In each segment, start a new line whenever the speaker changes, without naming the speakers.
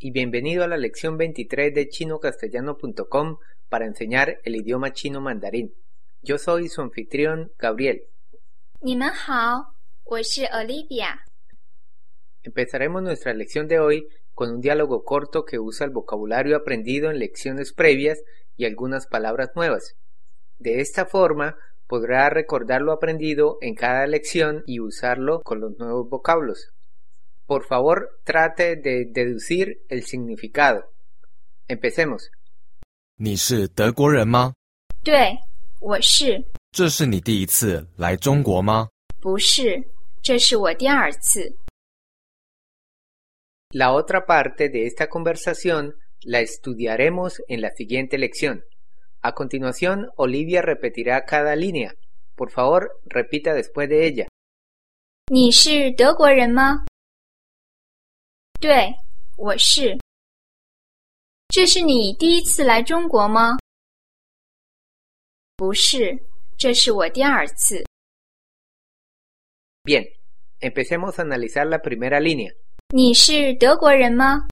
y bienvenido a la lección 23 de chinocastellano.com para enseñar el idioma chino mandarín. Yo soy su anfitrión Gabriel.
你们好，我是 Olivia。
Empezaremos nuestra lección de hoy con un diálogo corto que usa el vocabulario aprendido en lecciones previas y algunas palabras nuevas. De esta forma podrá recordar lo aprendido en cada lección y usarlo con los nuevos vocablos. Por favor, trate de deducir el significado. Empecemos.
你是德国人吗？
对，我是，
这是你第一次来中国吗？
不是？这是我第二次。
La otra parte de esta conversación la estudiaremos en la siguiente lección. A continuación, Olivia repetirá cada línea. Por favor, repita después de ella.
你是德国人吗？对，我是。这是你第一次来中国吗？不是，这是我第二次。
Bien, empecemos a analizar la primera línea.
你是德国人吗？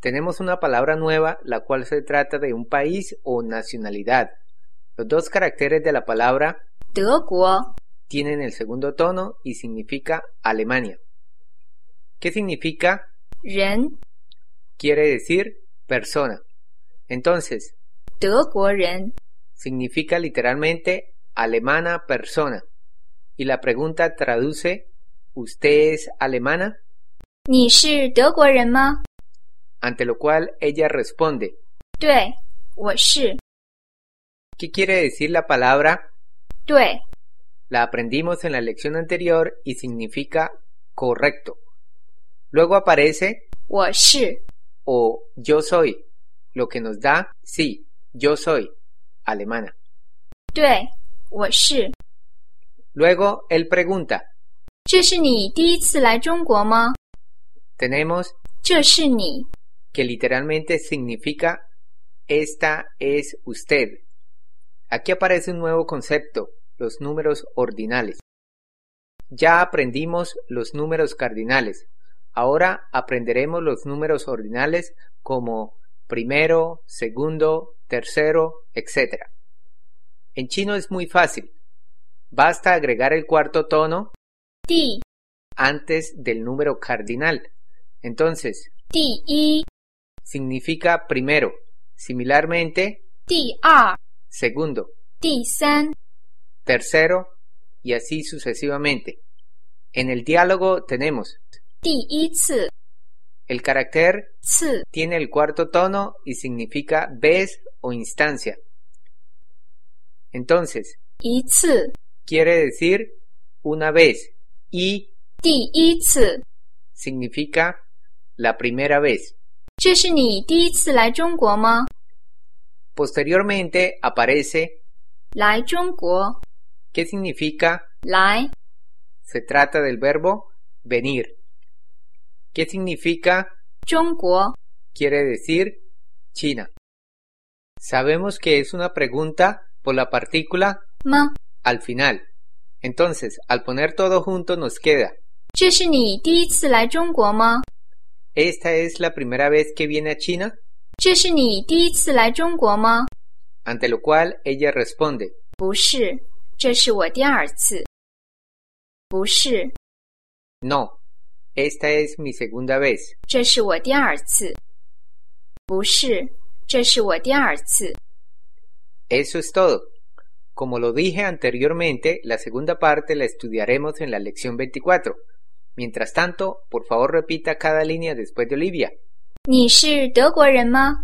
Tenemos una palabra nueva, la cual se trata de un país o nacionalidad. Los dos caracteres de la palabra
德国，
tienen el segundo tono y significa Alemania. ¿Qué significa?
人，
Quiere decir persona. Entonces,
德国人，
significa literalmente alemana persona. Y la pregunta traduce, ¿usted es alemana?
你是德国人吗？
Ante lo cual ella responde,
对，我是。
¿qué quiere decir la palabra?
对，
La aprendimos en la lección anterior y significa correcto. Luego aparece
我是。
o yo soy, lo que nos da sí, yo soy, alemana.
对，我是。
Luego él pregunta,
这是你第一次来中国吗？
tenemos
这是你，
que literalmente significa esta es usted. Aquí aparece un nuevo concepto, los números ordinales. Ya aprendimos los números cardinales. Ahora aprenderemos los números ordinales como primero, segundo, tercero, etc. En chino es muy fácil. Basta agregar el cuarto tono
第
antes del número cardinal. Entonces,
第一、
significa primero, similarmente
第二、
segundo,
第三。
tercero y así sucesivamente. En el diálogo tenemos
第一次、
el carácter
次、
tiene el cuarto tono y significa vez o instancia. Entonces,
一次、
quiere decir una vez y
第一次。
significa la primera vez.
这是你第一次来中国吗？
Posteriormente aparece
来中国，
que significa
来
se trata del verbo venir. ¿Qué significa?
中国，
Quiere decir China. Sabemos que es una pregunta por la partícula
吗？
al final. Entonces, al poner todo junto nos queda.
这是你第一次来中国吗？
¿Esta es la primera vez que viene a China?
这是你第一次来中国吗？
Ante lo cual ella responde.
不是，这是我第二次。不是，
No, esta es mi segunda vez.
这是我第二次。不是，这是我第二次。
Eso es todo. Como lo dije anteriormente, la segunda parte la estudiaremos en la lección 24. Mientras tanto, por favor repita cada línea después de Olivia.
你是德国人吗？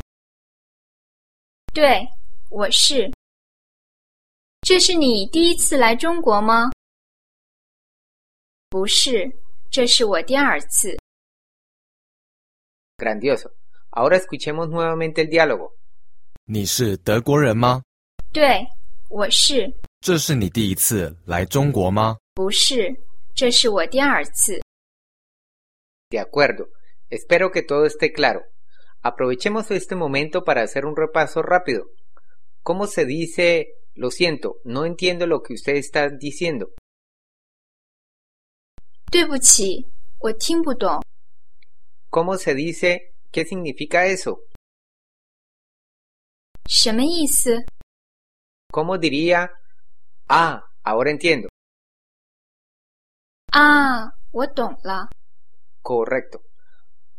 对，我是。这是你第一次来中国吗？不是，这是我第二次。
Grandioso. Ahora escuchemos nuevamente el diálogo.
你是德国人吗？
对，我是。
这是你第一次来中国吗？
不是，这是我第二次。
De acuerdo. Espero que todo esté claro. Aprovechemos este momento para hacer un repaso rápido. ¿Cómo se dice lo siento, no entiendo lo que usted está diciendo?
对不起，我听不懂。
¿Cómo se dice ¿Qué significa eso?
什么意思？
¿Cómo diría? Ah, ahora entiendo.
啊，我懂了。
Correcto.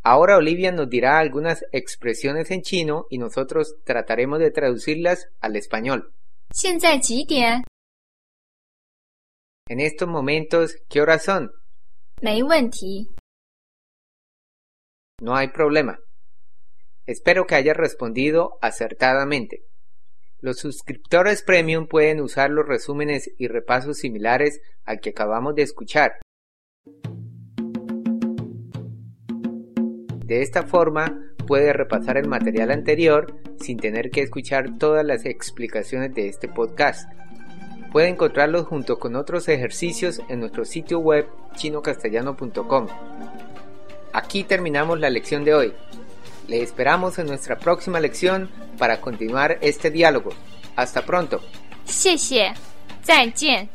Ahora Olivia nos dirá algunas expresiones en chino y nosotros trataremos de traducirlas al español.
现在几点？
En estos momentos, ¿qué horas son?
没问题。
No hay problema. Espero que hayas respondido acertadamente. Los suscriptores premium pueden usar los resúmenes y repasos similares al que acabamos de escuchar. De esta forma, puede repasar el material anterior sin tener que escuchar todas las explicaciones de este podcast. Puede encontrarlos junto con otros ejercicios en nuestro sitio web chinocastellano.com. Aquí terminamos la lección de hoy. Le esperamos en nuestra próxima lección para continuar este diálogo. Hasta pronto.
谢谢，再见。